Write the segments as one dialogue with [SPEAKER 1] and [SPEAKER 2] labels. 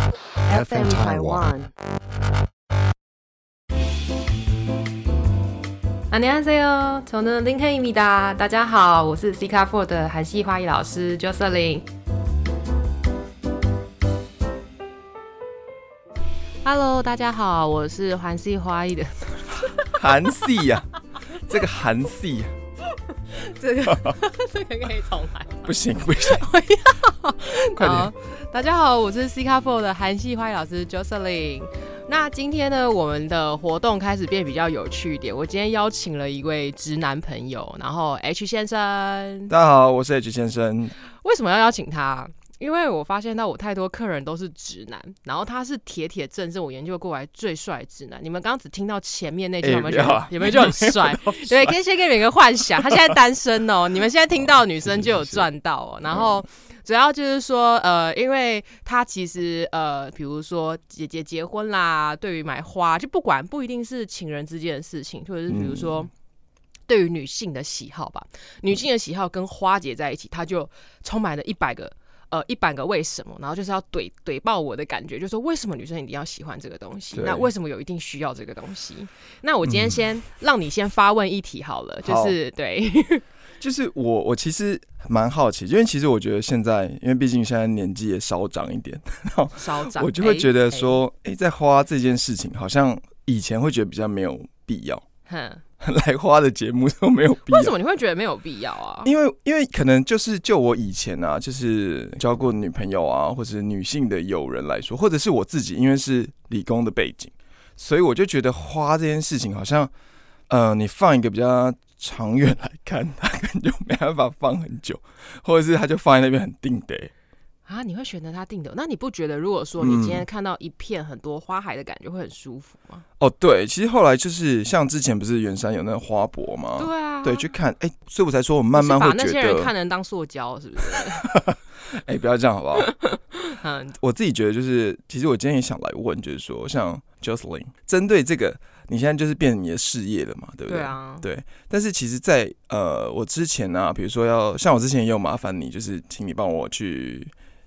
[SPEAKER 1] FM Taiwan.
[SPEAKER 2] 안녕하세요저는링헤입니다大家好，我是 C 卡 Four 的韩系花艺老师 Jocelyn。Hello，大家好，我是韩系花艺的
[SPEAKER 3] 韩系 呀、这个韩系、
[SPEAKER 2] 这个 这个可以重来。
[SPEAKER 3] 不 行不行，快
[SPEAKER 2] 好
[SPEAKER 3] 点，，
[SPEAKER 2] 大家好，我是 C 卡 Four 的韩系花艺老师 Jocelyn。那今天呢，我们的活动开始变比较有趣一点。我今天邀请了一位直男朋友，然后 H 先生。
[SPEAKER 3] 大家好，我是 H 先生，
[SPEAKER 2] 为什么要邀请他？因为我发现到我太多客人都是直男，然后他是铁铁正正我研究过来最帅的直男。你们刚刚只听到前面那句，
[SPEAKER 3] 哎
[SPEAKER 2] 有没有觉
[SPEAKER 3] 不要
[SPEAKER 2] 得
[SPEAKER 3] 啊
[SPEAKER 2] 有没有就很帅？对，可以先给你们一个幻想，他现在单身哦。你们现在听到女生就有赚到哦。然后主要就是说，呃，因为他其实呃，比如说姐姐结婚啦，对于买花就不管不一定是情人之间的事情，或者是比如说。对于女性的喜好吧，女性的喜好跟花姐在一起，她就充满了一百个呃一百个为什么，然后就是要怼怼爆我的感觉，就说为什么女生一定要喜欢这个东西？
[SPEAKER 3] 对
[SPEAKER 2] 那为什么有一定需要这个东西？那我今天先让你先发问一题好了，就是对，
[SPEAKER 3] 就是我，我其实蛮好奇，因为其实我觉得现在，因为毕竟现在年纪也稍长一点，
[SPEAKER 2] 稍长，
[SPEAKER 3] 我就会觉得
[SPEAKER 2] 哎，
[SPEAKER 3] 说，哎、在花这件事情，好像以前会觉得比较没有必要，
[SPEAKER 2] 哎哼，
[SPEAKER 3] 来花的节目都没有必
[SPEAKER 2] 为什
[SPEAKER 3] 要。
[SPEAKER 2] 么你会觉得没有必要啊？
[SPEAKER 3] 因为因为可能就是就我以前啊，就是交过女朋友啊，或者是女性的友人来说，或者是我自己，因为是理工的背景，所以我就觉得花这件事情好像，呃，你放一个比较长远来看，它可能就没办法放很久，或者是它就放在那边很定的、
[SPEAKER 2] 啊，你会选择它定的？那你不觉得如果说你
[SPEAKER 3] 嗯
[SPEAKER 2] 今天看到一片很多花海的感觉会很舒服吗？
[SPEAKER 3] 哦，对，其实后来就是像之前不是圆山有那个花博吗？
[SPEAKER 2] 对啊，
[SPEAKER 3] 哦对，去看，哎、所以我才说我
[SPEAKER 2] 你
[SPEAKER 3] 慢
[SPEAKER 2] 是
[SPEAKER 3] 慢会
[SPEAKER 2] 把那
[SPEAKER 3] 觉
[SPEAKER 2] 些人
[SPEAKER 3] 得
[SPEAKER 2] 看，人当塑胶，是不是？
[SPEAKER 3] 哎、不要这样好不好？
[SPEAKER 2] 嗯，
[SPEAKER 3] 我自己觉得就是，其实我今天也想来问，就是说，像 Jocelyn，针对这个，你现在就是变成你的事业了嘛， 对不对？
[SPEAKER 2] 对啊，
[SPEAKER 3] 对但是其实在，呃，我之前呢、啊，比如说要像我之前也有麻烦你，就是请你帮我去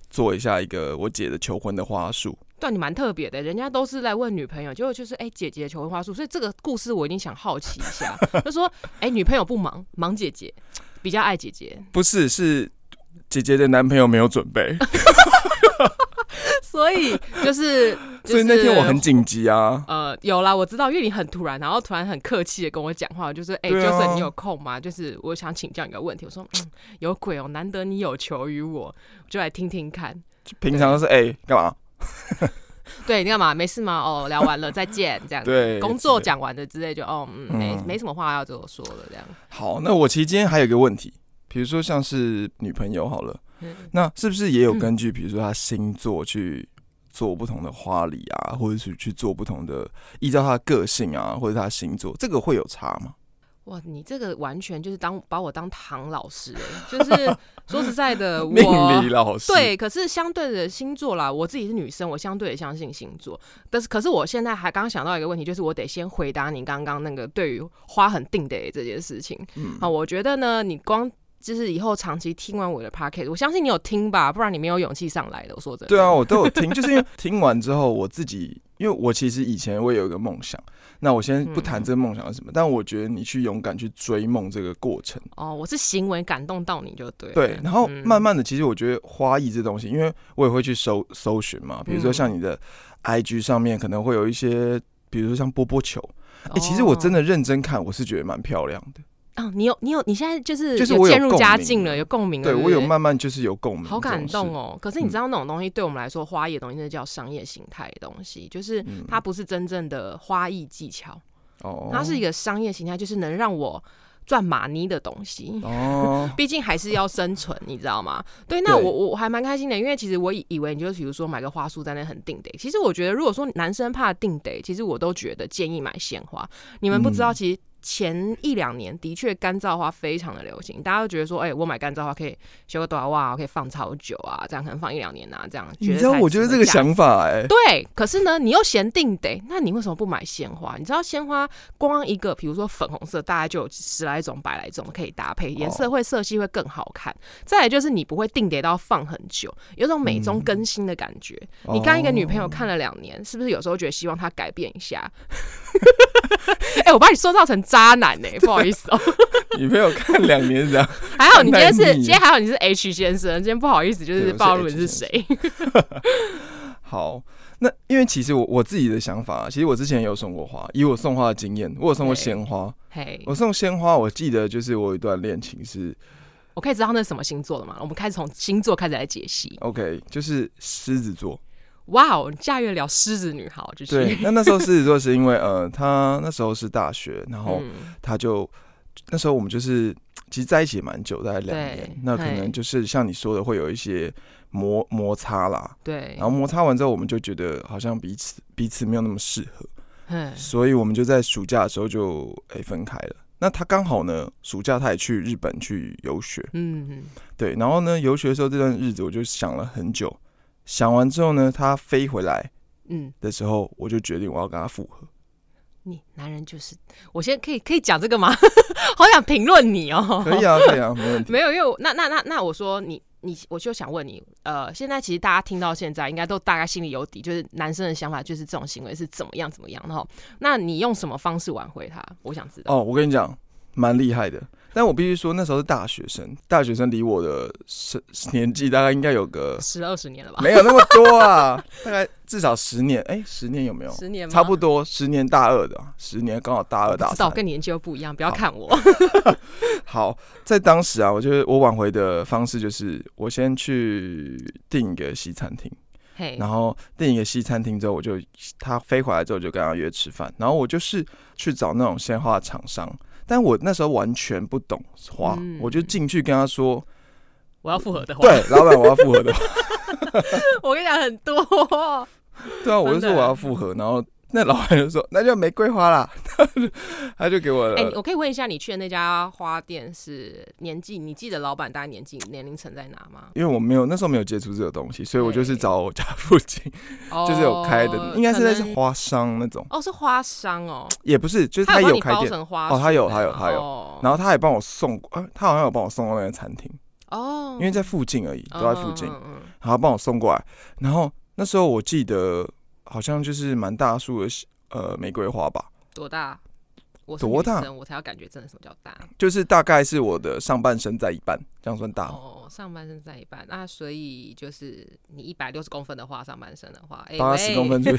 [SPEAKER 3] 做一下一个我姐的求婚的花束。
[SPEAKER 2] 对啊你蛮特别的，人家都是来问女朋友，结果就是哎、姐姐求婚花束，所以这个故事我一定想好奇一 下，就说哎、女朋友不忙，忙姐姐比较爱姐姐，
[SPEAKER 3] 不是，是姐姐的男朋友没有准 备，
[SPEAKER 2] 所以就是，
[SPEAKER 3] 所以那天我很。紧急啊。
[SPEAKER 2] 呃，有啦，我知道，因为你很突然，然后突然很客气的跟我讲话，就是哎、
[SPEAKER 3] 对啊
[SPEAKER 2] 就是你有空吗？就是我想请教你个问题。我说，嗯，有鬼哦，难得你有求于我，我就来听听看。
[SPEAKER 3] 就平常都是哎干、嘛？
[SPEAKER 2] 对，你干嘛？没事吗？哦，聊完了，再见，这样子。
[SPEAKER 3] 对，
[SPEAKER 2] 工作
[SPEAKER 3] 之类的。
[SPEAKER 2] 讲完了之类，就哦，嗯，没没什么话要对我说了，这样。
[SPEAKER 3] 好，那我其实今天还有一个问题，比如说像是女朋友好了。
[SPEAKER 2] 嗯
[SPEAKER 3] 那是不是也有根据，比如说他星座去做不同的花礼啊，或者是去做不同的，依照他的个性啊，或者他的星座，这个会有差吗？
[SPEAKER 2] 哇，你这个完全就是当把我当唐老师哎、 就是说实在的，
[SPEAKER 3] 命
[SPEAKER 2] 我
[SPEAKER 3] 理老师，
[SPEAKER 2] 对，可是相对的星座啦，我自己是女生，我相对的相信星座，但是可是我现在还刚想到一个问题，就是我得先回答你刚刚那个对于花很定的这件事情
[SPEAKER 3] 嗯
[SPEAKER 2] 啊，我觉得呢，你光。就是以后长期听完我的 p o c a s t 我相信你有听吧，不然你没有勇气上来的。我说真的，
[SPEAKER 3] 对啊，，我都有听，就是因为听完之后，我自己，因为我其实以前我也有一个梦想，那我先
[SPEAKER 2] 嗯
[SPEAKER 3] 不谈这个梦想是什么，但我觉得你去勇敢去追梦这个过程，
[SPEAKER 2] 哦，我是行为感动到你就对了。
[SPEAKER 3] 对，然后
[SPEAKER 2] 嗯
[SPEAKER 3] 慢慢的，其实我觉得花艺这东西，因为我也会去搜搜寻嘛，比如说
[SPEAKER 2] 嗯
[SPEAKER 3] 像你的 IG 上面可能会有一些，比如说像波波球。哎、其实我真
[SPEAKER 2] 的。
[SPEAKER 3] 的认真看，我是觉得蛮漂亮的。
[SPEAKER 2] 啊，你有你有，你现在就是
[SPEAKER 3] 就是
[SPEAKER 2] 有
[SPEAKER 3] 我有
[SPEAKER 2] 渐入
[SPEAKER 3] 共
[SPEAKER 2] 佳
[SPEAKER 3] 鸣
[SPEAKER 2] 境
[SPEAKER 3] 了
[SPEAKER 2] 了，有共鸣了。
[SPEAKER 3] 对
[SPEAKER 2] 对不
[SPEAKER 3] 我有
[SPEAKER 2] 对
[SPEAKER 3] 慢慢就是有共鸣，
[SPEAKER 2] 嗯好感动
[SPEAKER 3] 哦。
[SPEAKER 2] 哦！可是你
[SPEAKER 3] 嗯
[SPEAKER 2] 知道那种东西对我们来说，花艺的东西那叫商业形态的东西，就是
[SPEAKER 3] 嗯
[SPEAKER 2] 它不是真正的花艺技巧，
[SPEAKER 3] 哦，
[SPEAKER 2] 它是一个商业形态，就是能让我赚马尼的东西。
[SPEAKER 3] 哦，
[SPEAKER 2] 毕竟还是要生存，你知道 吗？对，那
[SPEAKER 3] 对
[SPEAKER 2] 我我我还蛮开心的，因为其实我以以为你就是比如说买个花束在那很定得，其实我觉得如果说男生怕定得，其实我都觉得建议买鲜花。你们不知道，
[SPEAKER 3] 嗯
[SPEAKER 2] 其实前一两年的确干燥花非常的流行，大家都觉得说，哎、我买干燥花可以修个多少袜，可以放超久啊，这样可能放一两年啊，这样。
[SPEAKER 3] 你知道，我觉得这个
[SPEAKER 2] 想。
[SPEAKER 3] 想法 哎、
[SPEAKER 2] 对，可是呢，你又嫌定得，那你为什么不买鲜花？你知道鲜花光一个，比如说粉红色，大概就有十来种、百来种可以搭配，颜色会色系会更好看。再来就是你不会定得到放很久，有种美中更新的感觉。你跟一个女朋友看了两年，是不是有时候觉得希望她改变一下？ 哎、我把你塑造成渣男呢、不好意思哦、
[SPEAKER 3] 女朋友看两年这样，
[SPEAKER 2] 还好你今天
[SPEAKER 3] 很
[SPEAKER 2] 是
[SPEAKER 3] 难
[SPEAKER 2] 今
[SPEAKER 3] 腻
[SPEAKER 2] 天还好你是 H 先生，今天不好意思就
[SPEAKER 3] 对我
[SPEAKER 2] 是
[SPEAKER 3] 是
[SPEAKER 2] 暴露
[SPEAKER 3] H
[SPEAKER 2] 你是
[SPEAKER 3] 先
[SPEAKER 2] 谁。
[SPEAKER 3] 好，那因为其实我我自己的想法，啊其实我之前也有送过花，以我送花的经验，我有送过
[SPEAKER 2] 对
[SPEAKER 3] 鲜花。
[SPEAKER 2] 嘿，
[SPEAKER 3] 我送鲜花，我记得就是我有一段恋情是
[SPEAKER 2] 我可以知道那是什么星座了吗？我们开始从星座开始来解析。
[SPEAKER 3] OK，就是狮子座。
[SPEAKER 2] 哇哦，驾驭得了狮子女好，就是嗯
[SPEAKER 3] 对，那那时候狮子座是因为呃，他那时候是大学，然后
[SPEAKER 2] 嗯，
[SPEAKER 3] 他就、那时候我们就是其实在一起也蛮久，大概两
[SPEAKER 2] 对
[SPEAKER 3] 年。那可
[SPEAKER 2] 嘿
[SPEAKER 3] 能就是像你说的，会有一些摩摩擦啦。
[SPEAKER 2] 对嗯
[SPEAKER 3] 然，后摩擦完之后，我们就觉得好像彼此彼此没有那么适合，
[SPEAKER 2] 嗯，
[SPEAKER 3] 所以我们就在暑假的时候就诶、分开了。那他刚好呢，暑假他也去日本去游学，
[SPEAKER 2] 嗯，
[SPEAKER 3] 对，然后呢，游学的时候这段日子我就想了很久，想完之后呢，他飞回来
[SPEAKER 2] 嗯，
[SPEAKER 3] 的时候，我就决定我要跟他复合。
[SPEAKER 2] 你男人就是，我现在可以可以讲这个吗？ 好想评论你哦。
[SPEAKER 3] 可以啊，可以 啊，没问题。
[SPEAKER 2] 没有，因为我那那那那我说你你，我就想问你，呃，现在其实大家听到现在，应该都大概心里有底，就是男生的想法就是这种行为是怎么样怎么样，然后那你用什么方式挽回他？我想知道。
[SPEAKER 3] 哦，我跟你讲，蛮厉害的。但我必须说，那时候是大学生，大学生离我的是年纪大概应该有个
[SPEAKER 2] 十二十年了吧？
[SPEAKER 3] 没有那么多啊， 大概至少十年，哎、十年有没有？
[SPEAKER 2] 十年吗
[SPEAKER 3] 差不多，十年大二的啊，十年刚好大二大
[SPEAKER 2] 知道
[SPEAKER 3] 三。
[SPEAKER 2] 跟年纪又不一样，不要
[SPEAKER 3] 好
[SPEAKER 2] 看我。
[SPEAKER 3] 好，在当时啊，我觉得我挽回的方式就是，我先去订一个西餐厅，
[SPEAKER 2] 嘿，
[SPEAKER 3] 然后订一个西餐厅之后，我就他飞回来之后就跟他约吃饭，然后我就是去找那种鲜花的厂商，但我那时候完全不懂花，
[SPEAKER 2] 嗯
[SPEAKER 3] 我就进去跟他说，
[SPEAKER 2] 我要复合的话，
[SPEAKER 3] 对，老板我要复合的，
[SPEAKER 2] 我跟你讲很多。哦
[SPEAKER 3] 对啊，我就
[SPEAKER 2] 真
[SPEAKER 3] 说
[SPEAKER 2] 的
[SPEAKER 3] 我要复合，然后那老板就说那就玫瑰花啦，他就给我 了
[SPEAKER 2] 哎、我可以问一下，你去的那家花店是年纪？你记得老板大概年纪年龄层在哪吗？
[SPEAKER 3] 因为我没有那时候没有接触这个东西，所以我就是
[SPEAKER 2] 对
[SPEAKER 3] 找我家附近
[SPEAKER 2] 哦
[SPEAKER 3] 就是有开的，应该是在
[SPEAKER 2] 可能
[SPEAKER 3] 花商那种，
[SPEAKER 2] 哦，是花商哦，
[SPEAKER 3] 也不是，就是
[SPEAKER 2] 他帮
[SPEAKER 3] 有
[SPEAKER 2] 你
[SPEAKER 3] 开
[SPEAKER 2] 包
[SPEAKER 3] 店，
[SPEAKER 2] 成花
[SPEAKER 3] 哦他有
[SPEAKER 2] 束
[SPEAKER 3] 他有
[SPEAKER 2] 的吗
[SPEAKER 3] 他有
[SPEAKER 2] 哦
[SPEAKER 3] 然后他还帮我送，呃，他好像有帮我送到那个餐厅，
[SPEAKER 2] 哦，
[SPEAKER 3] 因为在附近而已，都在附近，
[SPEAKER 2] 嗯嗯嗯
[SPEAKER 3] 然后帮我送过来。然后那时候我记得好像就是蛮大束的呃玫瑰花吧，
[SPEAKER 2] 多大？我是
[SPEAKER 3] 多
[SPEAKER 2] 女
[SPEAKER 3] 大
[SPEAKER 2] 生，我才要感觉真的什么叫大
[SPEAKER 3] 就是大概是我的上半身在一半，这样算大吗，
[SPEAKER 2] 哦，上半身在一半，那所以就是你一百六十公分的话，上半身的话，哎、
[SPEAKER 3] 八十
[SPEAKER 2] 喂
[SPEAKER 3] 公 分左右。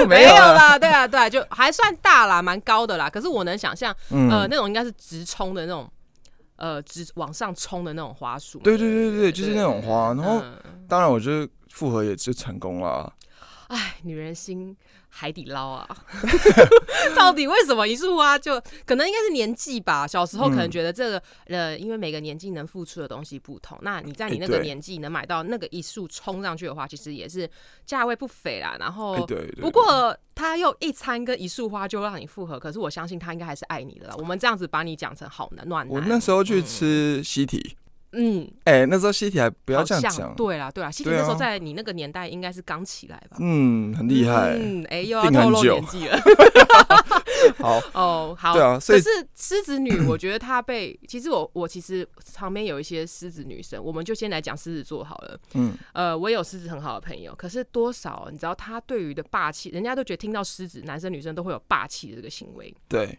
[SPEAKER 3] 我
[SPEAKER 2] 没
[SPEAKER 3] 没
[SPEAKER 2] 有
[SPEAKER 3] 有啦，
[SPEAKER 2] 啦，对啊对啊，就还算大啦，蛮高的啦。可是我能想象，呃，
[SPEAKER 3] 嗯，
[SPEAKER 2] 那种应该是直冲的那种，呃，直往上冲的那种花束嘛。
[SPEAKER 3] 对对
[SPEAKER 2] 不
[SPEAKER 3] 对对对，就是那种花。然后
[SPEAKER 2] 嗯
[SPEAKER 3] 当然，我就是复合也就成功了。
[SPEAKER 2] 哎，女人心海底捞 啊， 到底为什么一束花就可能应该是年纪吧？小时候可能
[SPEAKER 3] 嗯
[SPEAKER 2] 觉得这个、呃，因为每个年纪能付出的东西不同，那你在你
[SPEAKER 3] 哎
[SPEAKER 2] 那个
[SPEAKER 3] 对
[SPEAKER 2] 年纪能买到那个一束冲上去的花，其实也是价位不菲啦。然后
[SPEAKER 3] 哎，对对。对
[SPEAKER 2] 哦不过他又一餐跟一束花就让你复合，可是我相信他应该还是爱你的啦。我们这样子把你讲成好男暖男，
[SPEAKER 3] 我那时候去
[SPEAKER 2] 嗯
[SPEAKER 3] 吃西体，
[SPEAKER 2] 嗯，
[SPEAKER 3] 哎，那时候西体还不
[SPEAKER 2] 不
[SPEAKER 3] 要这样讲，
[SPEAKER 2] 对啦，对啦，西体
[SPEAKER 3] 对
[SPEAKER 2] 那
[SPEAKER 3] 啊
[SPEAKER 2] 时候在你那个年代应该是刚起来吧。
[SPEAKER 3] 嗯，很厉害。
[SPEAKER 2] 嗯，哎、又要
[SPEAKER 3] 定很
[SPEAKER 2] 透露
[SPEAKER 3] 久
[SPEAKER 2] 年纪了。
[SPEAKER 3] 好，
[SPEAKER 2] 哦，好，
[SPEAKER 3] 对啊，所
[SPEAKER 2] 可
[SPEAKER 3] 以
[SPEAKER 2] 是狮子女，我觉得她被，其实我我其实旁边有一些狮子女生，我们就先来讲狮子座好了。
[SPEAKER 3] 嗯，
[SPEAKER 2] 呃，我也有狮子很好的朋友，可是多少你知道，她对于的霸气，人家都觉得听到狮子，男生女生都会有霸气的这个行为。
[SPEAKER 3] 对，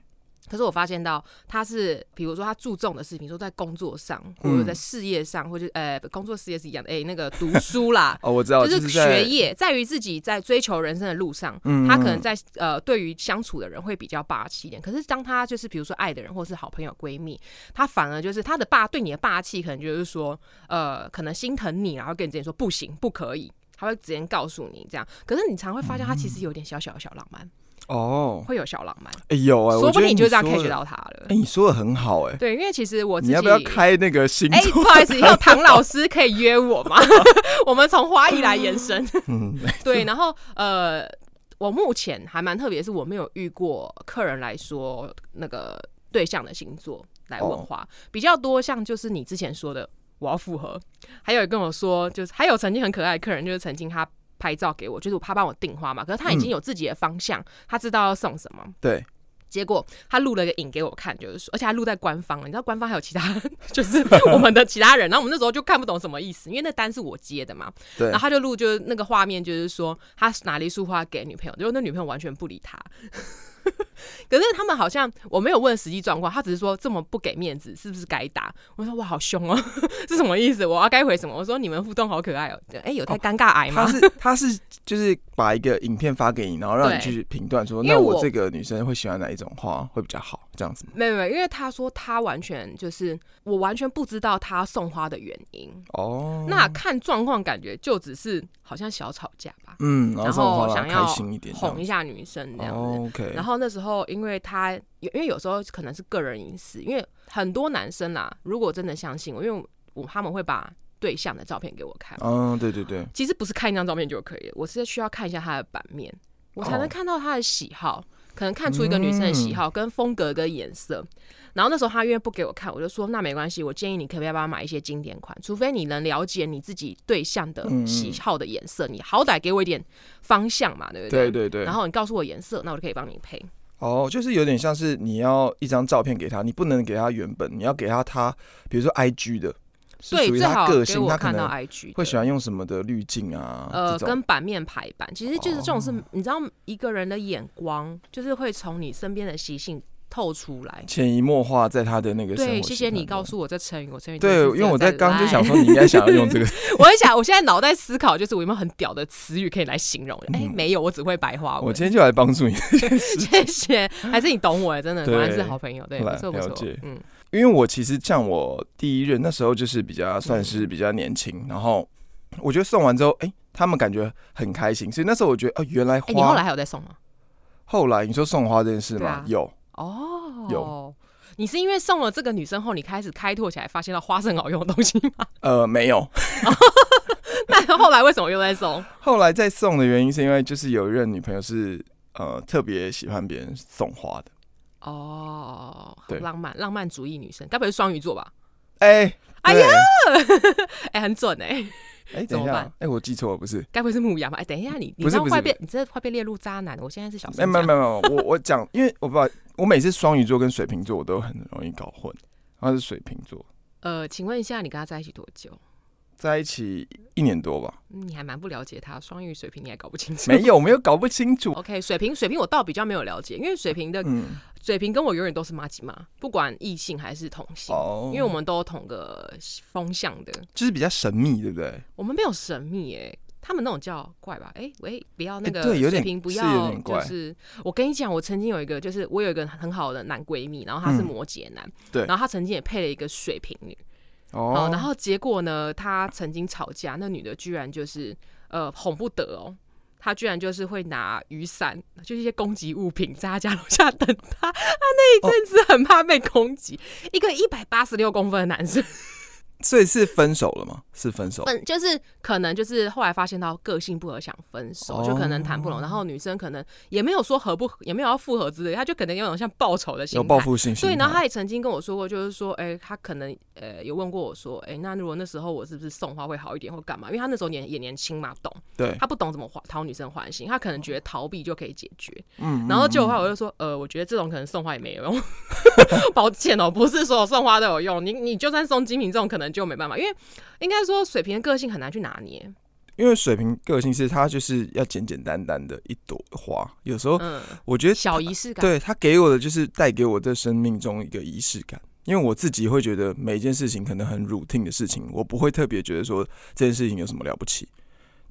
[SPEAKER 2] 可是我发现到他是，比如说他注重的事情，说在工作上，或
[SPEAKER 3] 嗯，
[SPEAKER 2] 者在事业上，或者呃工作事业是一样的，哎、那个读书啦
[SPEAKER 3] 哦，我知道，
[SPEAKER 2] 就
[SPEAKER 3] 就是在
[SPEAKER 2] 学业，在于自己在追求人生的路上，
[SPEAKER 3] 嗯
[SPEAKER 2] 他可能在呃对于相处的人会比较霸气一点。可是当他就是比如说爱的人或是好朋友闺蜜，他反而就是他的霸对你的霸气，可能就是说呃可能心疼你，然后跟你直接说不行不可以。他会直接告诉你这样，可是你常会发现他其
[SPEAKER 3] 嗯
[SPEAKER 2] 实有点小小的小浪漫，
[SPEAKER 3] 哦，
[SPEAKER 2] 会有小浪漫，
[SPEAKER 3] 哎有哎，
[SPEAKER 2] 说
[SPEAKER 3] 我
[SPEAKER 2] 不
[SPEAKER 3] 觉
[SPEAKER 2] 定
[SPEAKER 3] 得
[SPEAKER 2] 你就这样
[SPEAKER 3] 说
[SPEAKER 2] catch
[SPEAKER 3] 的
[SPEAKER 2] 到他了。
[SPEAKER 3] 哎，你说的很好哎，
[SPEAKER 2] 对，因为其实我自己
[SPEAKER 3] 你要不要开那个星
[SPEAKER 2] 哎、
[SPEAKER 3] 座？
[SPEAKER 2] 不好意思，以 后唐老师可 以约我吗？我们从花艺来延伸。
[SPEAKER 3] 嗯，
[SPEAKER 2] 对，然后呃。我目前还蛮特别，是我没有遇过客人来说那个对象的星座来问话，比较多像就是你之前说的我要复合，还有跟我说就是还有曾经很可爱的客人，就是曾经他拍照给我，就是我怕帮我订花嘛，可是他已经有自己的方向，他知道要送什么，
[SPEAKER 3] 对，
[SPEAKER 2] 结果他录了一个影给我看，就是说，而且他录在官方，你知道官方还有其他， 就是我们的其他人，然后我们那时候就看不懂什么意思，因为那单是我接的嘛，
[SPEAKER 3] 对
[SPEAKER 2] 然后他就录就是那个画面，就是说他拿了一束花给女朋友，结果那女朋友完全不理他。 可是他们好像我没有问实际状况，他只是说这么不给面子是不是该打？我说哇好凶哦， 是什么意思？我要该回什么？我说你们互动好可爱哦，对哎、有太尴尬癌吗？
[SPEAKER 3] 他是他是就是把一个影片发给你，然后让你
[SPEAKER 2] 对
[SPEAKER 3] 去评断说，
[SPEAKER 2] 因为
[SPEAKER 3] 那我
[SPEAKER 2] 我
[SPEAKER 3] 这个女生会喜欢哪一种花会比较好，这样子吗。
[SPEAKER 2] 没有没有，因为他说他完全就是我完全不知道他送花的原因，
[SPEAKER 3] 哦，
[SPEAKER 2] 那看状况，感觉就只是好像小吵架吧，
[SPEAKER 3] 嗯，然后
[SPEAKER 2] 然
[SPEAKER 3] 这种
[SPEAKER 2] 后
[SPEAKER 3] 花让
[SPEAKER 2] 想
[SPEAKER 3] 她
[SPEAKER 2] 要
[SPEAKER 3] 开心一点，这样
[SPEAKER 2] 哄
[SPEAKER 3] 子
[SPEAKER 2] 一下女生这样子。
[SPEAKER 3] 哦 OK，
[SPEAKER 2] 然后那时候，因为他有，因为有时候可能是个人隐私，因为很多男生啦，如果真的相信我，因为我他们会把对象的照片给我看，
[SPEAKER 3] 嗯，对对对，
[SPEAKER 2] 其实不是看一张照片就可以了，我是需要看一下他的版面，我才能
[SPEAKER 3] 哦
[SPEAKER 2] 看到他的喜好，可能看出一个女生的喜
[SPEAKER 3] 嗯
[SPEAKER 2] 好、跟风格跟颜色。然后那时候他因为不给我看，我就说那没关系，我建议你可不可以帮我买一些经典款，除非你能了解你自己对象的
[SPEAKER 3] 嗯嗯
[SPEAKER 2] 喜好的颜色，你好歹给我一点方向嘛，对不
[SPEAKER 3] 对
[SPEAKER 2] 对
[SPEAKER 3] 对对。
[SPEAKER 2] 然后你告诉我颜色，那我就可以帮你配。
[SPEAKER 3] 哦，就是有点像是你要一张照片给他，你不能给他原本，你要给他他，比如说 I G 的，是
[SPEAKER 2] 对，
[SPEAKER 3] 属于
[SPEAKER 2] 最
[SPEAKER 3] 他
[SPEAKER 2] 好
[SPEAKER 3] 个
[SPEAKER 2] 给
[SPEAKER 3] 性，
[SPEAKER 2] 我
[SPEAKER 3] 他可
[SPEAKER 2] 看到
[SPEAKER 3] 能
[SPEAKER 2] IG
[SPEAKER 3] 会
[SPEAKER 2] 的
[SPEAKER 3] 喜欢用什么的滤镜啊，
[SPEAKER 2] 呃，
[SPEAKER 3] 这种哦
[SPEAKER 2] 跟版面排版，其实就是这种是，你知道，一个人的眼光就是会从你身边的习性透出来。
[SPEAKER 3] 潜移默化在他的那个生活
[SPEAKER 2] 对，
[SPEAKER 3] 习
[SPEAKER 2] 谢谢你
[SPEAKER 3] 惯中
[SPEAKER 2] 告。诉我这成语，我成语
[SPEAKER 3] 对，
[SPEAKER 2] 真的
[SPEAKER 3] 因
[SPEAKER 2] 是
[SPEAKER 3] 为我
[SPEAKER 2] 在
[SPEAKER 3] 在刚就
[SPEAKER 2] 来
[SPEAKER 3] 想，说，你应该想要用这个
[SPEAKER 2] 我在想，我现在脑袋思考就是我有没有很屌的词语可以来形容？哎、
[SPEAKER 3] 嗯
[SPEAKER 2] 没有，我只会白话
[SPEAKER 3] 我
[SPEAKER 2] 文。
[SPEAKER 3] 今天就来帮助你，
[SPEAKER 2] 谢谢，还是你懂我，欸真的，
[SPEAKER 3] 对
[SPEAKER 2] 果然是好朋友，对，
[SPEAKER 3] 来
[SPEAKER 2] 不错不
[SPEAKER 3] 了
[SPEAKER 2] 错
[SPEAKER 3] 解，
[SPEAKER 2] 嗯，
[SPEAKER 3] 因为我其实像我第一任那时候就是比较算是比较年轻，然后我觉得送完之后，哎、他们感觉很开心，所以那时候我觉得哦、原来
[SPEAKER 2] 哎、你后
[SPEAKER 3] 花、
[SPEAKER 2] 来还有在送吗？
[SPEAKER 3] 后来你说送花这件事
[SPEAKER 2] 对
[SPEAKER 3] 吗？
[SPEAKER 2] 啊
[SPEAKER 3] 有，
[SPEAKER 2] 哦，
[SPEAKER 3] 有，
[SPEAKER 2] 你是因为送了这个女生后，你开始开拓起来，发现到花是很好用的东西吗？
[SPEAKER 3] 呃，没有。
[SPEAKER 2] 那后来为什么又在送？
[SPEAKER 3] 后来再送的原因是因为就是有一任女朋友是呃特别喜欢别人送花的，
[SPEAKER 2] 哦，好
[SPEAKER 3] 对
[SPEAKER 2] 浪漫浪漫主义女生，该不会是双鱼座吧？
[SPEAKER 3] 哎、
[SPEAKER 2] 哎
[SPEAKER 3] 对，
[SPEAKER 2] 哎、很准哎、
[SPEAKER 3] 哎、
[SPEAKER 2] 怎
[SPEAKER 3] 等一
[SPEAKER 2] 么
[SPEAKER 3] 下，
[SPEAKER 2] 办
[SPEAKER 3] 哎、我记错了不是？
[SPEAKER 2] 该不会是牧羊吧？哎、等一下你，你
[SPEAKER 3] 不
[SPEAKER 2] 这
[SPEAKER 3] 是
[SPEAKER 2] 样
[SPEAKER 3] 不是
[SPEAKER 2] 会被你这会被列入渣男。我现在是小
[SPEAKER 3] 没有
[SPEAKER 2] 生
[SPEAKER 3] 没
[SPEAKER 2] 讲
[SPEAKER 3] 有没有，没有我我讲，因为我把我每次双鱼座跟水瓶座我都很容易搞混，他是水瓶座，
[SPEAKER 2] 呃，请问一下，你跟他在一起多久？
[SPEAKER 3] 在一起一年 多吧，
[SPEAKER 2] 嗯你还蛮不了解他，双鱼水瓶你还搞不清楚。
[SPEAKER 3] 没有没有搞不清楚，
[SPEAKER 2] OK，水瓶水瓶我倒比较没有了解，因为水瓶的、
[SPEAKER 3] 嗯，
[SPEAKER 2] 水瓶跟我永远都是妈吉妈，不管异性还是同性，
[SPEAKER 3] 哦，
[SPEAKER 2] 因为我们都同个风向的，
[SPEAKER 3] 就是比较神秘，对不对？
[SPEAKER 2] 我们没有神秘哎、他们那种叫怪吧？哎、喂，不要那个
[SPEAKER 3] 哎对有
[SPEAKER 2] 水
[SPEAKER 3] 点
[SPEAKER 2] 瓶，不
[SPEAKER 3] 是有
[SPEAKER 2] 要
[SPEAKER 3] 点
[SPEAKER 2] 就
[SPEAKER 3] 怪
[SPEAKER 2] 是我跟你讲，我曾经有一个，就是我有一个很好的男闺蜜，然后他是
[SPEAKER 3] 嗯
[SPEAKER 2] 摩羯男，
[SPEAKER 3] 对
[SPEAKER 2] 然后他曾经也配了一个水瓶女，
[SPEAKER 3] 哦
[SPEAKER 2] 哦，然后结果呢，他曾经吵架，那女的居然就是呃哄不得哦。她居然就是会拿雨伞，就是一些攻击物品，在他家楼下等他。他那一阵子很怕被攻击。一个一百八十六公分的男生，
[SPEAKER 3] 所以是分手了吗？是分手，
[SPEAKER 2] 本就是可能就是后来发现到个性不合，想分手，就可能谈不拢。
[SPEAKER 3] 哦
[SPEAKER 2] 然后女生可能也没有说合不合，也没有要复合之类，她就可能有种像报仇的心
[SPEAKER 3] 有
[SPEAKER 2] 态。
[SPEAKER 3] 报复性心
[SPEAKER 2] 对，
[SPEAKER 3] 态，
[SPEAKER 2] 然后他也曾经跟我说过，就是说，哎、他可能呃有问过我说，哎、那如果那时候我是不是送花会好一点，或干嘛？因为他那时候年也年轻嘛，懂，
[SPEAKER 3] 对，哦
[SPEAKER 2] 他不懂怎么讨女生欢心，他可能觉得逃避就可以解决。
[SPEAKER 3] 嗯
[SPEAKER 2] 然后结果后来我就说，呃，我觉得这种可能送花也没有用， 抱歉哦，不是所有送花都有用，你你就算送精品这种可能就没办法，因为应该说水瓶的个性很难去拿捏，
[SPEAKER 3] 因为水瓶个性是他就是要简简单单的一朵花，有时候
[SPEAKER 2] 嗯，
[SPEAKER 3] 我觉得
[SPEAKER 2] 小仪式感，
[SPEAKER 3] 对他给我的就是带给我的生命中一个仪式感，因为我自己会觉得每一件事情可能很 routine 的事情，我不会特别觉得说这件事情有什么了不起，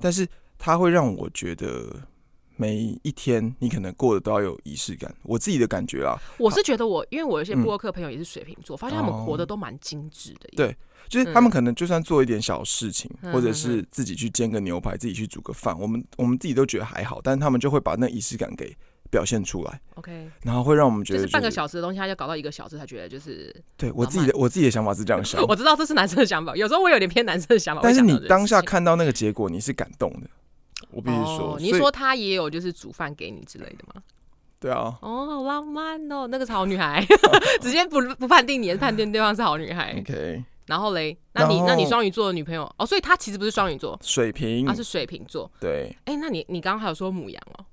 [SPEAKER 3] 但是它会让我觉得每一天你可能过得都要有仪式感，我自己的感觉啊，
[SPEAKER 2] 我是觉得我因为我有一些
[SPEAKER 3] 嗯哦
[SPEAKER 2] 布洛克朋友也是水瓶座，发现他们活得都蛮精致的，
[SPEAKER 3] 对就是他们可能就算做一点小事情，
[SPEAKER 2] 嗯
[SPEAKER 3] 或者是自己去煎个牛排，自己去煮个饭，我们我们自己都觉得还好，但他们就会把那仪式感给表现出来，
[SPEAKER 2] ，OK。
[SPEAKER 3] 然后会让我们觉
[SPEAKER 2] 就
[SPEAKER 3] 得、
[SPEAKER 2] 是半个小时的东西，他就搞到一个小时，他觉得就是，
[SPEAKER 3] 对我自己的我自己的想法是这样 想
[SPEAKER 2] 我知道这是男生的想法，有时候我有点偏男生的想法。
[SPEAKER 3] 但是
[SPEAKER 2] 会想
[SPEAKER 3] 你
[SPEAKER 2] 到这件
[SPEAKER 3] 当下
[SPEAKER 2] 事情
[SPEAKER 3] 看到那个结果，你是感动的，我必须说，
[SPEAKER 2] 哦你
[SPEAKER 3] 所以
[SPEAKER 2] 说他也有就是煮饭给你之类的吗？
[SPEAKER 3] 对啊，
[SPEAKER 2] 哦，好浪漫哦，那个是好女孩，直接不不判定你，判定对方是好女孩。
[SPEAKER 3] OK，
[SPEAKER 2] 然后嘞，那你
[SPEAKER 3] 然后
[SPEAKER 2] 那你双鱼座的女朋友哦，所以她其实不是双鱼座，
[SPEAKER 3] 水瓶、
[SPEAKER 2] 她啊是水瓶座。
[SPEAKER 3] 对，
[SPEAKER 2] 哎、那你你刚刚还有说母羊哦，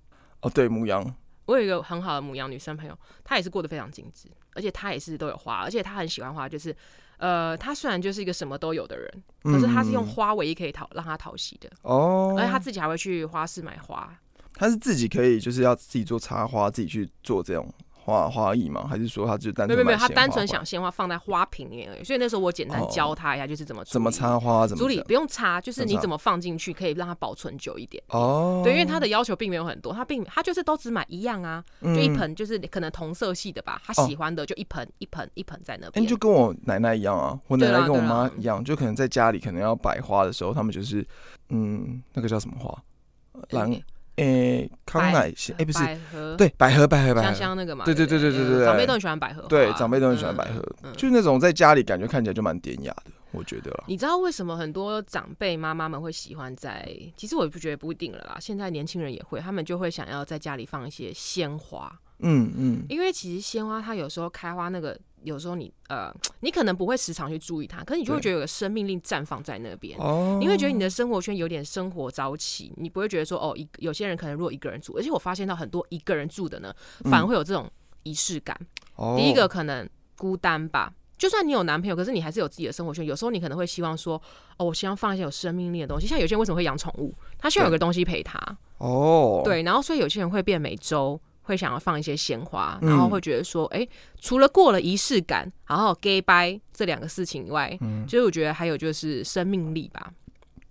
[SPEAKER 3] 哦对，母羊，
[SPEAKER 2] 我有一个很好的母羊女生朋友，她也是过得非常精致，而且她也是都有花，而且她很喜欢花，就是呃，她虽然就是一个什么都有的人，可是她是用哎
[SPEAKER 3] 嗯
[SPEAKER 2] 花唯一可以讨让她讨喜的，
[SPEAKER 3] 哦，
[SPEAKER 2] 而且她自己还会去花市买花，
[SPEAKER 3] 他是自己可以就是要自己做插花，自己去做这种花花艺吗？还是说他就单
[SPEAKER 2] 没有
[SPEAKER 3] 纯
[SPEAKER 2] 没有没
[SPEAKER 3] 买
[SPEAKER 2] 有，他
[SPEAKER 3] 鲜
[SPEAKER 2] 单
[SPEAKER 3] 花
[SPEAKER 2] 纯
[SPEAKER 3] 回来
[SPEAKER 2] 想鲜花放在花瓶里面而已。所以那时候我简单
[SPEAKER 3] 哦
[SPEAKER 2] 教他一下，就是怎么处
[SPEAKER 3] 怎么
[SPEAKER 2] 理
[SPEAKER 3] 插花怎么
[SPEAKER 2] 处理，
[SPEAKER 3] 讲
[SPEAKER 2] 不用插，就是
[SPEAKER 3] 怎么
[SPEAKER 2] 你
[SPEAKER 3] 插
[SPEAKER 2] 怎么放进去，可以让它保存久一点。
[SPEAKER 3] 哦，
[SPEAKER 2] 对，因为他的要求并没有很多，他并他就是都只买一样啊，
[SPEAKER 3] 就
[SPEAKER 2] 就一盆，就是可能同色系的吧，他
[SPEAKER 3] 嗯哦
[SPEAKER 2] 喜欢的就一盆一盆一盆在那
[SPEAKER 3] 哎、
[SPEAKER 2] 边
[SPEAKER 3] 就。跟我奶奶一样啊，我奶
[SPEAKER 2] 对啦
[SPEAKER 3] 奶跟我
[SPEAKER 2] 对啦
[SPEAKER 3] 妈一样，就可能在家里可能要摆花的时候，他们就是嗯，那个叫什么花？呃兰
[SPEAKER 2] 嗯
[SPEAKER 3] 诶、康
[SPEAKER 2] 百
[SPEAKER 3] 乃馨哎，不是，
[SPEAKER 2] 百合，
[SPEAKER 3] 对，百合，百合，百
[SPEAKER 2] 香
[SPEAKER 3] 合，
[SPEAKER 2] 香那个嘛。
[SPEAKER 3] 对对
[SPEAKER 2] 对
[SPEAKER 3] 对对对对
[SPEAKER 2] 长辈都很喜欢百合花。
[SPEAKER 3] 对，长辈都很喜欢百
[SPEAKER 2] 嗯。
[SPEAKER 3] 合，
[SPEAKER 2] 嗯
[SPEAKER 3] 就是那种在家里感觉看起来就蛮典雅的，我觉得啦。
[SPEAKER 2] 你知道为什么很多长辈妈妈们会喜欢在？其实我也不觉得不一定了啦，现在年轻人也会，他们就会想要在家里放一些鲜花。
[SPEAKER 3] 嗯嗯，
[SPEAKER 2] 因为其实鲜花它有时候开花那个，有时候你呃，你可能不会时常去注意它，可是你就会
[SPEAKER 3] 对
[SPEAKER 2] 觉得有个生命力绽放在那边。
[SPEAKER 3] 哦，
[SPEAKER 2] 你会觉得你的生活圈有点生活早起，你不会觉得说哦，一有些人可能如果一个人住，而且我发现到很多一个人住的呢，反而
[SPEAKER 3] 嗯
[SPEAKER 2] 会有这种仪式感。
[SPEAKER 3] 哦
[SPEAKER 2] 第一个可能孤单吧，就算你有男朋友，可是你还是有自己的生活圈。有时候你可能会希望说，哦，我希望放一些有生命力的东西。像有些人为什么会养宠物，他希望有个
[SPEAKER 3] 对
[SPEAKER 2] 东西陪他。
[SPEAKER 3] 哦，，
[SPEAKER 2] 对，然后所以有些人会变每周会想要放一些鲜花，
[SPEAKER 3] 嗯
[SPEAKER 2] 然后会觉得说，哎、除了过了仪式感，然后 gay bye 这两个事情以外，
[SPEAKER 3] 嗯
[SPEAKER 2] 其实我觉得还有就是生命力吧，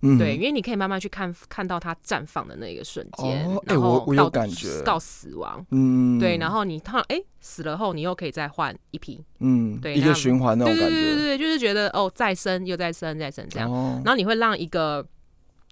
[SPEAKER 3] 嗯
[SPEAKER 2] 对，因为你可以慢慢去看看到它绽放的那个瞬间，
[SPEAKER 3] 哦诶
[SPEAKER 2] 然
[SPEAKER 3] 我
[SPEAKER 2] 后
[SPEAKER 3] 我有
[SPEAKER 2] 到
[SPEAKER 3] 感
[SPEAKER 2] 死
[SPEAKER 3] 觉
[SPEAKER 2] 到死亡。
[SPEAKER 3] 嗯，
[SPEAKER 2] 对，然
[SPEAKER 3] 后
[SPEAKER 2] 后你看，哎、死了后你又可以再换一批，
[SPEAKER 3] 嗯，
[SPEAKER 2] 对
[SPEAKER 3] 一
[SPEAKER 2] 那
[SPEAKER 3] 个循环那
[SPEAKER 2] 对
[SPEAKER 3] 种
[SPEAKER 2] 对
[SPEAKER 3] 感
[SPEAKER 2] 对对对，
[SPEAKER 3] 觉，
[SPEAKER 2] 就是觉得哦，再生又再生，再生这样，
[SPEAKER 3] 哦，
[SPEAKER 2] 然后你会让一个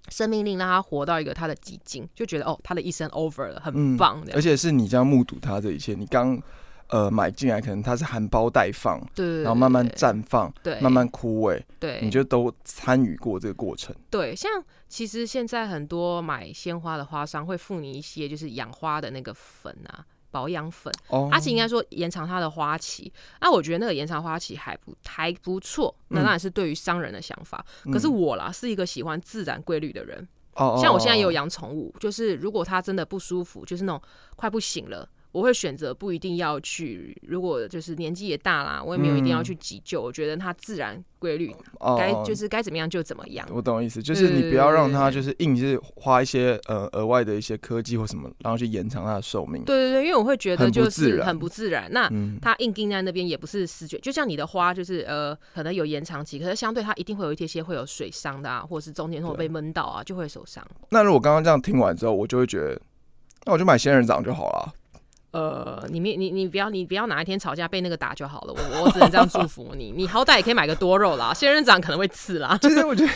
[SPEAKER 2] 生命力让它活到一个它的极尽，就觉得哦，它的一生 over 了，很
[SPEAKER 3] 嗯
[SPEAKER 2] 棒的、
[SPEAKER 3] 而且是你这样目睹它这一切，你刚呃买进来，可能它是含苞待放，
[SPEAKER 2] 对，
[SPEAKER 3] 然后慢慢绽放，
[SPEAKER 2] 对，
[SPEAKER 3] 慢慢枯萎，
[SPEAKER 2] 对，
[SPEAKER 3] 你就都参与过这个过程。
[SPEAKER 2] 对。像其实现在很多买鲜花的花商会附你一些就是养花的那个粉啊。保养粉，
[SPEAKER 3] 哦，
[SPEAKER 2] 而且应该说延长它的花期。那我觉得那个延长花期还不还不错，那
[SPEAKER 3] 嗯
[SPEAKER 2] 当然是对于商人的想法。
[SPEAKER 3] 嗯
[SPEAKER 2] 可是我啦，是一个喜欢自然规律的人，
[SPEAKER 3] 哦，
[SPEAKER 2] 像我现在也有
[SPEAKER 3] 养，
[SPEAKER 2] 养宠物，就是如果它真的不舒服，就是那种快不行了，我会选择不一定要去。如果就是年纪也大啦，我也没有一定要
[SPEAKER 3] 嗯
[SPEAKER 2] 去急救，我觉得它自然规律
[SPEAKER 3] 哦
[SPEAKER 2] 该就。
[SPEAKER 3] 哦
[SPEAKER 2] 是该怎么样就怎么样。
[SPEAKER 3] 我懂意思，就是你不要让它就是硬是花一些呃额外的一些科技或什么，然后去延长它的寿命。
[SPEAKER 2] 对对对，因为我会觉得
[SPEAKER 3] 很不
[SPEAKER 2] 就
[SPEAKER 3] 自
[SPEAKER 2] 是
[SPEAKER 3] 然
[SPEAKER 2] 很不自然。那
[SPEAKER 3] 嗯，
[SPEAKER 2] 它硬钉在那边也不是死绝，就像你的花，就是呃，可能有延长期，可是相对它一定会有一些些会有水伤的啊，或者是中间会
[SPEAKER 3] 对
[SPEAKER 2] 被闷到啊，就会受伤。
[SPEAKER 3] 那如果刚刚这样听完之后，我就会觉得，那我就买仙人掌就好了。
[SPEAKER 2] 呃，你没你你不要你不要哪一天吵架被那个打就好了，我我只能这样祝福你。你好歹也可以买个多肉啦，仙人掌可能会刺啦。
[SPEAKER 3] 就是我觉得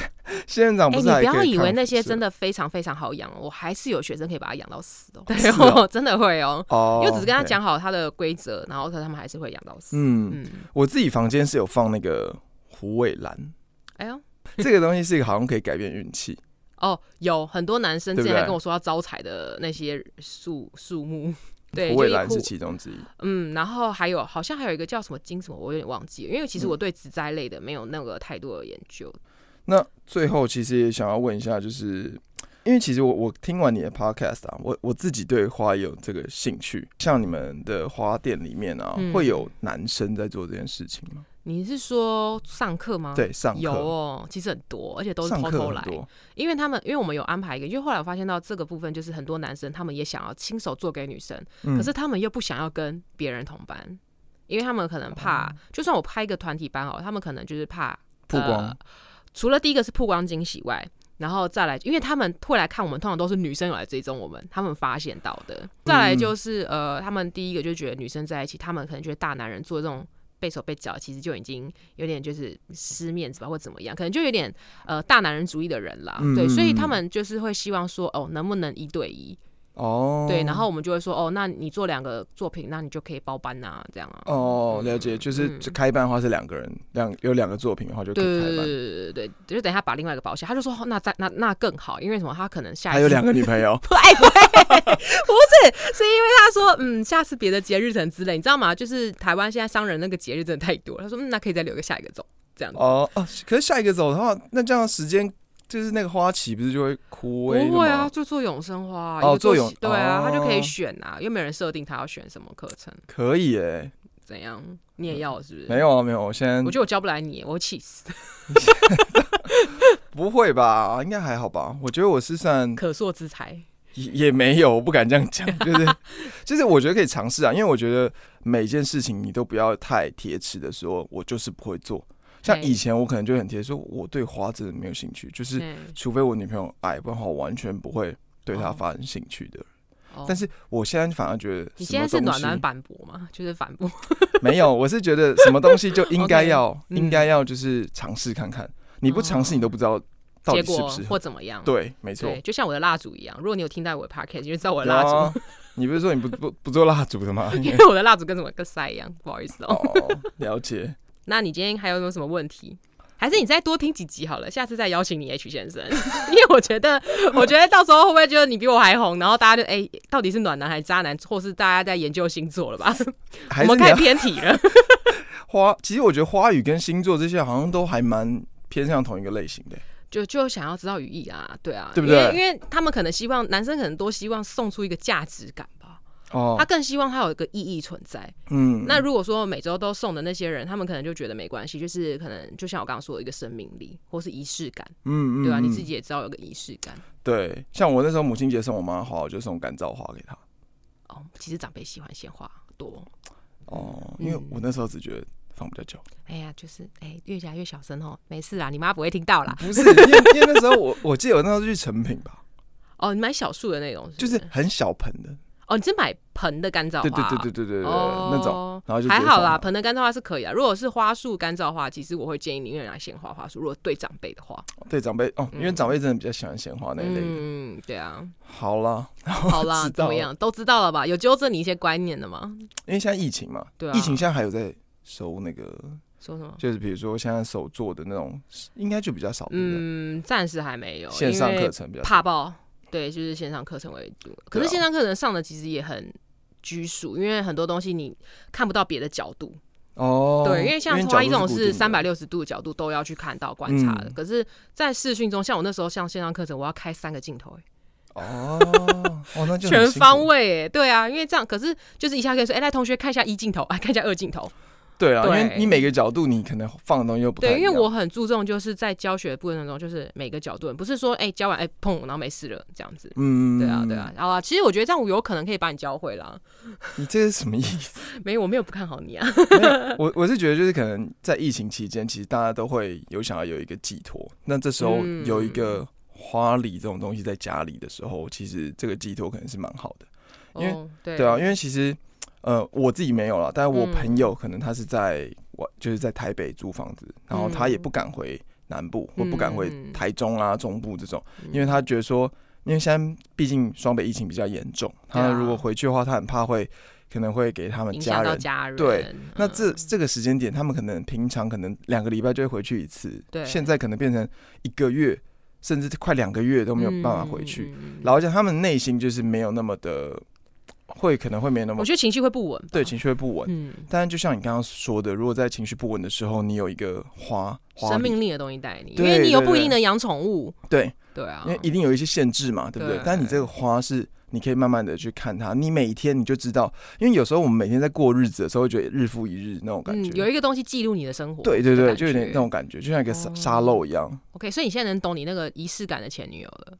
[SPEAKER 3] 仙人掌
[SPEAKER 2] 哎、
[SPEAKER 3] 不
[SPEAKER 2] 你
[SPEAKER 3] 是还
[SPEAKER 2] 不
[SPEAKER 3] 可以
[SPEAKER 2] 要以为
[SPEAKER 3] 抗
[SPEAKER 2] 那些
[SPEAKER 3] 辐射
[SPEAKER 2] 真的非常非常好养哦，我还是有学生可以把它养到死哦，对
[SPEAKER 3] 是哦
[SPEAKER 2] 哦，真的会哦，
[SPEAKER 3] 哦，
[SPEAKER 2] 因为只是跟他
[SPEAKER 3] OK
[SPEAKER 2] 讲好它的规则，然后可他们还是会养到死。
[SPEAKER 3] 嗯，
[SPEAKER 2] 嗯，
[SPEAKER 3] 我自己房间是有放那个虎尾兰，
[SPEAKER 2] 哎呦，
[SPEAKER 3] 这个东西是一个好像可以改变运气。
[SPEAKER 2] 哦，有很多男生之
[SPEAKER 3] 对不
[SPEAKER 2] 前还
[SPEAKER 3] 对
[SPEAKER 2] 跟我说要招财的那些树树
[SPEAKER 3] 嗯
[SPEAKER 2] 木，对，
[SPEAKER 3] 虎
[SPEAKER 2] 就
[SPEAKER 3] 尾
[SPEAKER 2] 一
[SPEAKER 3] 兰
[SPEAKER 2] 枯
[SPEAKER 3] 是其中之一。
[SPEAKER 2] 嗯，然后还有好像还有一个叫什么金什么，我有点忘记了，因为其
[SPEAKER 3] 嗯
[SPEAKER 2] 实我对植栽类的没有那个太多的研究。
[SPEAKER 3] 那最后其实也想要问一下，就是因为其实我我听完你的 podcast 啊，我我自己对花也有这个兴趣。像你们的花店里面啊，
[SPEAKER 2] 嗯
[SPEAKER 3] 会有男生在做这件事情吗？
[SPEAKER 2] 你是说上课吗？，
[SPEAKER 3] 对，上
[SPEAKER 2] 有
[SPEAKER 3] 课。
[SPEAKER 2] 哦，其实很多，而且都是
[SPEAKER 3] 上
[SPEAKER 2] 偷
[SPEAKER 3] 课
[SPEAKER 2] 偷
[SPEAKER 3] 很
[SPEAKER 2] 来，
[SPEAKER 3] 多
[SPEAKER 2] 因为他们因为我们有安排一个，因为后来我发现到这个部分就是很多男生他们也想要亲手做给女生，
[SPEAKER 3] 嗯
[SPEAKER 2] 可是他们又不想要跟别人同班，因为他们可能怕，
[SPEAKER 3] 哦
[SPEAKER 2] 就算我拍一个团体班哦，他们可能就是怕
[SPEAKER 3] 曝光、
[SPEAKER 2] 呃除了第一个是曝光惊喜外，然后再来，因为他们会来看我们，通常都是女生有来追踪我们，他们发现到的。再来就是、呃，他们第一个就觉得女生在一起，他们可能觉得大男人做这种。背手背脚，其实就已经有点就是失面子吧，或怎么样，可能就有点呃大男人主义的人啦，
[SPEAKER 3] 嗯
[SPEAKER 2] 对，所以他
[SPEAKER 3] 嗯
[SPEAKER 2] 们就是会希望说，哦，能不能一对一？
[SPEAKER 3] 哦，
[SPEAKER 2] 对，然后我们就会说，哦，那你做两个作品，那你就可以包班呐，这样啊。
[SPEAKER 3] 哦，了解，就是
[SPEAKER 2] 嗯
[SPEAKER 3] 这开班的话是两个人，两有两个作品的话就可
[SPEAKER 2] 对
[SPEAKER 3] 以
[SPEAKER 2] 对
[SPEAKER 3] 开班。
[SPEAKER 2] 对对对对，就等一下把另外一个包下，他就说哦那再那那更好，因为什么？他可能下一次，
[SPEAKER 3] 还有两个女朋友
[SPEAKER 2] 哎， 不是，是因为他说，嗯，下次别的节日可能之类，你知道吗？就是台湾现在商人那个节日真的太多了。他说，嗯，那可以再留个下一个走，这样子。
[SPEAKER 3] 哦哦，可是下一个走的话，那这样时间就是那个花期不是就会枯萎？
[SPEAKER 2] 不会啊，，就做永生花、啊，
[SPEAKER 3] 哦
[SPEAKER 2] 一个做
[SPEAKER 3] 做永
[SPEAKER 2] 对啊，他就可以
[SPEAKER 3] 哦
[SPEAKER 2] 选啊，又没有人设定他要选什么课程，
[SPEAKER 3] 可以哎、
[SPEAKER 2] 怎样？你也要是不是？
[SPEAKER 3] 没，有啊，没有，我现在
[SPEAKER 2] 我觉得我教不来你，我会气死。
[SPEAKER 3] 不会吧？应该还好吧？我觉得我是算
[SPEAKER 2] 可塑之才，
[SPEAKER 3] 也也没有，我不敢这样 讲，就是就是我觉得可以尝试啊，因为我觉得每件事情你都不要太铁齿的说，我就是不会做。像
[SPEAKER 2] 嘿
[SPEAKER 3] 以前我可能就很铁齿，说我对花真的没有兴趣，就是
[SPEAKER 2] 嘿
[SPEAKER 3] 除非我女朋友爱，不然的话我完全不会对她
[SPEAKER 2] 哦
[SPEAKER 3] 发生兴趣的。
[SPEAKER 2] 哦
[SPEAKER 3] 但是我现在反而觉得，
[SPEAKER 2] 你现在是暖男反驳吗？就是反驳，
[SPEAKER 3] 没有，我是觉得什么东西就应该
[SPEAKER 2] OK，
[SPEAKER 3] 要
[SPEAKER 2] 嗯哦
[SPEAKER 3] 应该要就是尝试看看，你不尝试你都不知道 到
[SPEAKER 2] 结
[SPEAKER 3] 底适
[SPEAKER 2] 果
[SPEAKER 3] 不适合。
[SPEAKER 2] 或怎么样？
[SPEAKER 3] 对，没错
[SPEAKER 2] 对，。就像我的蜡烛一样，如果你有听到我的 podcast，你就知道我的
[SPEAKER 3] 有
[SPEAKER 2] 蜡烛，
[SPEAKER 3] 啊，你不是说你不不不做蜡烛的吗？
[SPEAKER 2] 因 为我的蜡烛跟什么跟塞一样，不好意思哦。
[SPEAKER 3] 哦，了 解。
[SPEAKER 2] 那你今天还有没有什么问题？还是你再多听几集好了，下次再邀请你 H 先生， 因为我觉得，我觉得到时候会不会觉得你比我还红，然后大家就哎、到底是暖男还是渣男，或是大家在研究星座了吧？
[SPEAKER 3] 还
[SPEAKER 2] 我
[SPEAKER 3] 是
[SPEAKER 2] 们
[SPEAKER 3] 你
[SPEAKER 2] 太
[SPEAKER 3] 要
[SPEAKER 2] 偏题了。
[SPEAKER 3] 花，其实我觉得花语跟星座这些好像都还蛮偏向同一个类型的。
[SPEAKER 2] 就就想要知道语义啊，对啊，
[SPEAKER 3] 对不对
[SPEAKER 2] 因为因为他们可能希望男生可能多希望送出一个价值感吧，
[SPEAKER 3] 哦
[SPEAKER 2] 他，更希望他有一个意义存在。
[SPEAKER 3] 嗯，
[SPEAKER 2] 啊那如果说每周都送的那些人，他们可能就觉得没关系，就是可能就像我刚刚说的一个生命力或是仪式感，
[SPEAKER 3] 嗯
[SPEAKER 2] 对吧、
[SPEAKER 3] 嗯
[SPEAKER 2] 你
[SPEAKER 3] 嗯
[SPEAKER 2] 自己也知道有个仪式感
[SPEAKER 3] 对，像我那时候母亲节送我妈花，我就送干燥花给她。
[SPEAKER 2] 哦。其实长辈喜欢鲜花多，
[SPEAKER 3] 哦，
[SPEAKER 2] 嗯
[SPEAKER 3] 因为我那时候只觉得放比较久，
[SPEAKER 2] 哎呀，就是哎，越讲越小声哦，没事啦，你妈不会听到啦。
[SPEAKER 3] 不是 因为因为那时候我我记得我那时候去成 品吧，
[SPEAKER 2] 哦，你买小束的那种
[SPEAKER 3] 就是是
[SPEAKER 2] 不是
[SPEAKER 3] 很小盆的，
[SPEAKER 2] 哦，你是买盆的干燥花
[SPEAKER 3] 对对
[SPEAKER 2] 啊，
[SPEAKER 3] 对对对对对
[SPEAKER 2] 哦
[SPEAKER 3] 那种，然后就直接
[SPEAKER 2] 还好
[SPEAKER 3] 放
[SPEAKER 2] 啦，
[SPEAKER 3] 了
[SPEAKER 2] 盆的干燥花是可以啊。如果是花束干燥花，其实我会建议宁愿拿鲜花花束。如果对长辈的话，
[SPEAKER 3] 对长辈哦，因为长辈真的比较喜欢鲜花那一类的。
[SPEAKER 2] 嗯，对 啊，
[SPEAKER 3] 好啦，
[SPEAKER 2] 好啦，
[SPEAKER 3] 知
[SPEAKER 2] 怎
[SPEAKER 3] 道
[SPEAKER 2] 么
[SPEAKER 3] 了
[SPEAKER 2] 样，都知道了吧？有纠正你一些观念的吗？
[SPEAKER 3] 因为现在疫情嘛，
[SPEAKER 2] 对啊哦
[SPEAKER 3] 疫情现在还有在收那个，
[SPEAKER 2] 说什么？
[SPEAKER 3] 就是比如说现在手做的那种，应该就比较少，对不对？
[SPEAKER 2] 嗯，暂时还没有，
[SPEAKER 3] 线上
[SPEAKER 2] 因为
[SPEAKER 3] 课程比较少
[SPEAKER 2] 怕爆，对，就是线上课程为主。可是
[SPEAKER 3] 对啊
[SPEAKER 2] 线上课程上的其实也很拘束，因为很多东西你看不到别的角度。
[SPEAKER 3] 哦，
[SPEAKER 2] 对，因为像花艺这种是三百
[SPEAKER 3] 六，
[SPEAKER 2] 六十度的角度都要去看到观察的。
[SPEAKER 3] 嗯
[SPEAKER 2] 可是，在视讯中，像我那时候像线上课程，我要开三个镜头、欸
[SPEAKER 3] 哦，哦，那就很
[SPEAKER 2] 全
[SPEAKER 3] 辛苦
[SPEAKER 2] 方位、欸。对啊，因为这样，可是就是一下可以说，哎、来同学看一下一镜头， 啊，看一下二镜头。
[SPEAKER 3] 对啊，因
[SPEAKER 2] 对
[SPEAKER 3] 为你每个角度你可能放的东西又不太
[SPEAKER 2] 对，
[SPEAKER 3] 一
[SPEAKER 2] 因为
[SPEAKER 3] 样
[SPEAKER 2] 我很注重就是在教学过程中，就是每个角度，不是说哎、教完哎、砰，然后没事了这样子。
[SPEAKER 3] 嗯，
[SPEAKER 2] 对啊，对啊，，然后啊，其实我觉得这样我有可能可以把你教会啦。
[SPEAKER 3] 你这是什么意 思？
[SPEAKER 2] 没有，我没有不看好你啊。
[SPEAKER 3] 我我是觉得就是可能在疫情期间，其实大家都会有想要有一个寄托，那这时候
[SPEAKER 2] 嗯
[SPEAKER 3] 有一个花礼这种东西在家里的时候，其实这个寄托可能是蛮好的。 因为
[SPEAKER 2] 哦、对
[SPEAKER 3] 对啊，因为其实呃我自己没有了，但是我
[SPEAKER 2] 嗯
[SPEAKER 3] 朋友可能他是在我就是在台北租房子，然后他也不敢回南部或不敢回
[SPEAKER 2] 嗯
[SPEAKER 3] 台中啊、中部这种，
[SPEAKER 2] 嗯
[SPEAKER 3] 因为他觉得说，因为现在毕竟双北疫情比较严重，
[SPEAKER 2] 对啊
[SPEAKER 3] 他如果回去的话，他很怕会可能会给他们
[SPEAKER 2] 影
[SPEAKER 3] 家
[SPEAKER 2] 响到
[SPEAKER 3] 人。
[SPEAKER 2] 家人，
[SPEAKER 3] 对
[SPEAKER 2] 嗯
[SPEAKER 3] 那这这个时间点，他们可能平常可能两个礼拜就会回去一次，
[SPEAKER 2] 对
[SPEAKER 3] 现在可能变成一个月，甚至快两个月都没有办法回去。。
[SPEAKER 2] 嗯嗯嗯嗯
[SPEAKER 3] 然后讲他们内心就是没有那么的，会可能会没那么
[SPEAKER 2] 我觉得情绪会不稳吧，
[SPEAKER 3] 对情绪会不稳。
[SPEAKER 2] 嗯，
[SPEAKER 3] 但是就像你刚刚说的，如果在情绪不稳的时候，你有一个花花
[SPEAKER 2] 生
[SPEAKER 3] 礼
[SPEAKER 2] 命力的东西带你，因
[SPEAKER 3] 对
[SPEAKER 2] 为你又
[SPEAKER 3] 对
[SPEAKER 2] 不一定
[SPEAKER 3] 对
[SPEAKER 2] 能养宠物，
[SPEAKER 3] 对，
[SPEAKER 2] 对啊
[SPEAKER 3] 因，为一定有一些限制嘛，对不对？
[SPEAKER 2] 对
[SPEAKER 3] 但你这个花是你可以慢慢的去看它，你每一天你就知道，因为有时候我们每天在过日子的时候，会觉得日复一日那种感
[SPEAKER 2] 嗯
[SPEAKER 3] 觉。，
[SPEAKER 2] 有一个东西记录你的生活的感
[SPEAKER 3] 对
[SPEAKER 2] 觉，
[SPEAKER 3] 对对，就有点那种感觉，就像一个沙
[SPEAKER 2] 哦
[SPEAKER 3] 沙漏一样。
[SPEAKER 2] OK，所以你现在能懂你那个仪式感的前女友了。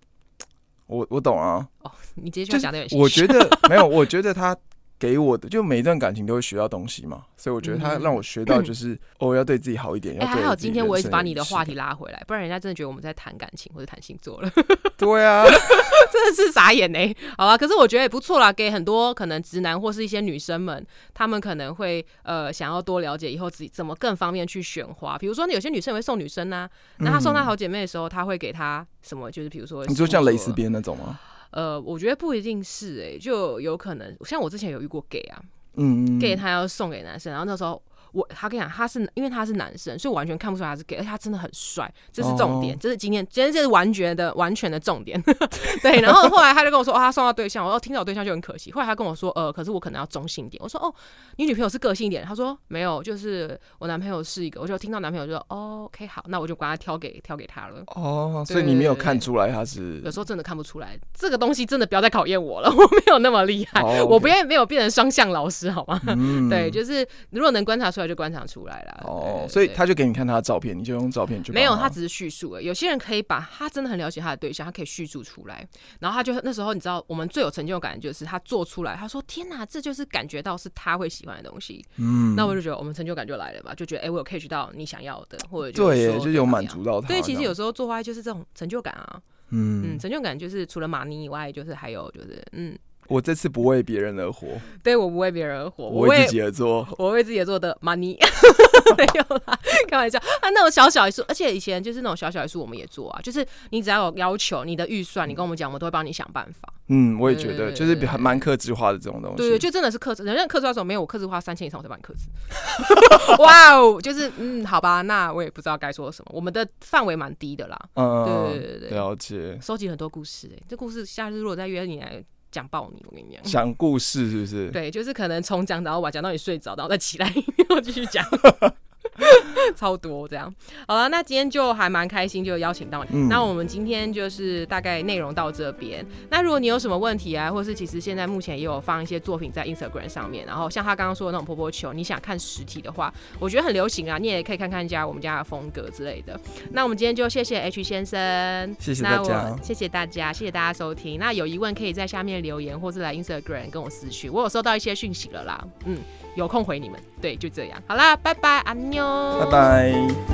[SPEAKER 3] 我我懂啊，
[SPEAKER 2] 哦，你直接
[SPEAKER 3] 就
[SPEAKER 2] 就是讲的有点，
[SPEAKER 3] 我觉得 没有，我觉得他给我的，就每一段感情都会学到东西嘛，所以我觉得他
[SPEAKER 2] 嗯
[SPEAKER 3] 让我学 到就是、哦，要对自己好一点。
[SPEAKER 2] 哎，
[SPEAKER 3] 要对
[SPEAKER 2] 还好
[SPEAKER 3] 自己
[SPEAKER 2] 今天
[SPEAKER 3] 人
[SPEAKER 2] 我一直
[SPEAKER 3] 生
[SPEAKER 2] 把
[SPEAKER 3] 有
[SPEAKER 2] 你的
[SPEAKER 3] 仪式
[SPEAKER 2] 话
[SPEAKER 3] 感
[SPEAKER 2] 题。拉回来，不然人家真的觉得我们在谈感情或者谈星座了，
[SPEAKER 3] 对啊，
[SPEAKER 2] 真 的是傻眼呢、好吧，可是我觉得也不错啦，给很多可能直男或是一些女生们，他们可能会呃想要多了解以后自己怎么更方便去选花。比如说有些女生也会啊送女生呐、那她送她好姐妹的时候，她会给她什么？就是比如说
[SPEAKER 3] 嗯你说像蕾丝
[SPEAKER 2] 边。
[SPEAKER 3] 边那种吗？
[SPEAKER 2] 呃，我觉得不一定是哎、就有可能像我之前有遇过 gay 啊、
[SPEAKER 3] 嗯
[SPEAKER 2] g a y 他要送给男生，然后那时候。我他跟你讲，他是因为他是男生，所以我完全看不出来他是 gay，而且他真的很帅，这是重点，
[SPEAKER 3] 哦
[SPEAKER 2] 这是今天今天这是完全的完全的重点。 对，然后后来他就跟我说，哦，他送到对象，我说哦听到对象就很可惜。后来他跟我说，呃，可是我可能要中性一点。我说哦，你女朋友是个性一点，他说没有，就是我男朋友是一个，我就听到男朋友就说、哦、OK 好，那我就把他挑给挑给他了。
[SPEAKER 3] 哦，
[SPEAKER 2] 对
[SPEAKER 3] 所以你没有
[SPEAKER 2] 对对
[SPEAKER 3] 看出来他是
[SPEAKER 2] 有时候真的看不出来，这个东西真的不要再考验我了，我没有那么厉害，
[SPEAKER 3] 嗯哦
[SPEAKER 2] 我
[SPEAKER 3] OK
[SPEAKER 2] 不愿意没有变成双向老师，好吗？
[SPEAKER 3] 嗯
[SPEAKER 2] 对，就是如果能观察出来就观察出来啦。
[SPEAKER 3] 哦
[SPEAKER 2] 对，
[SPEAKER 3] 所以
[SPEAKER 2] 对
[SPEAKER 3] 他就给你看他的照片，你就用照片去
[SPEAKER 2] 没有，
[SPEAKER 3] 帮
[SPEAKER 2] 他只是叙述而已。有些人可以把他真的很了解他的对象，他可以叙述出来，然后他就那时候你知道，我们最有成就感的就是他做出来，他说天哪，这就是感觉到是他会喜欢的东西。
[SPEAKER 3] 嗯
[SPEAKER 2] 那我就觉得我们成就感就来了吧，就觉得哎、我有 catch 到你想要的，或者
[SPEAKER 3] 对
[SPEAKER 2] 是
[SPEAKER 3] 耶，
[SPEAKER 2] 说
[SPEAKER 3] 就是有
[SPEAKER 2] 怎么
[SPEAKER 3] 满
[SPEAKER 2] 样。
[SPEAKER 3] 足到他。
[SPEAKER 2] 对，其实
[SPEAKER 3] 这样
[SPEAKER 2] 有时候做花艺就是这种成就感啊，嗯，
[SPEAKER 3] 嗯，
[SPEAKER 2] 成就感就是除了马尼以外，就是还有就是，嗯，
[SPEAKER 3] 我这次不为别人而活，
[SPEAKER 2] 对我不为别人而活，
[SPEAKER 3] 我
[SPEAKER 2] 我
[SPEAKER 3] 为
[SPEAKER 2] 为
[SPEAKER 3] 自己而 做。
[SPEAKER 2] 我为自己做的 money 没有啦，开玩笑啊。那种小小一束，而且以前就是那种小小一束，我们也做啊。就是你只要有要求，你的预算，你跟我们讲，我们都会帮你想办法。
[SPEAKER 3] 嗯，我也觉
[SPEAKER 2] 对
[SPEAKER 3] 得
[SPEAKER 2] 对
[SPEAKER 3] 就是
[SPEAKER 2] 对
[SPEAKER 3] 比还蛮克制化的这种东西。
[SPEAKER 2] 对对，就真的是克制。人家克制的时候没有，我克制花三千以上我才帮你克制。哇哦，就是嗯，好吧，那我也不知道该说什么。我们的范围蛮低的啦。
[SPEAKER 3] 嗯，
[SPEAKER 2] 对
[SPEAKER 3] 嗯
[SPEAKER 2] 对对
[SPEAKER 3] 嗯
[SPEAKER 2] 对，
[SPEAKER 3] 了解。
[SPEAKER 2] 收集很多故事、欸。这故事下次如果再约你来讲爆你，我跟你讲。
[SPEAKER 3] 讲故事是不是？
[SPEAKER 2] 嗯对，就是可能从讲到晚，讲到你睡着，然后再起来， 又继续 讲，超多这样。好了，那今天就还蛮开心，就邀请到你。
[SPEAKER 3] 嗯
[SPEAKER 2] 那我们今天就是大概内容到这边。那如果你有什么问题啊，或是其实现在目前也有放一些作品在 Instagram 上面，然后像他刚刚说的那种婆婆球，你想看实体的话，我觉得很流行啊，你也可以看看家我们家的风格之类的。那我们今天就谢谢 H 先生，
[SPEAKER 3] 谢谢
[SPEAKER 2] 那
[SPEAKER 3] 大家
[SPEAKER 2] 我谢谢大家，谢谢大家收听。那有疑问可以在下面留言，或是来 Instagram 跟我私讯，我有收到一些讯息了啦。嗯，有空回你们。对，就这样。好啦，拜拜，安妞，
[SPEAKER 3] 拜。拜。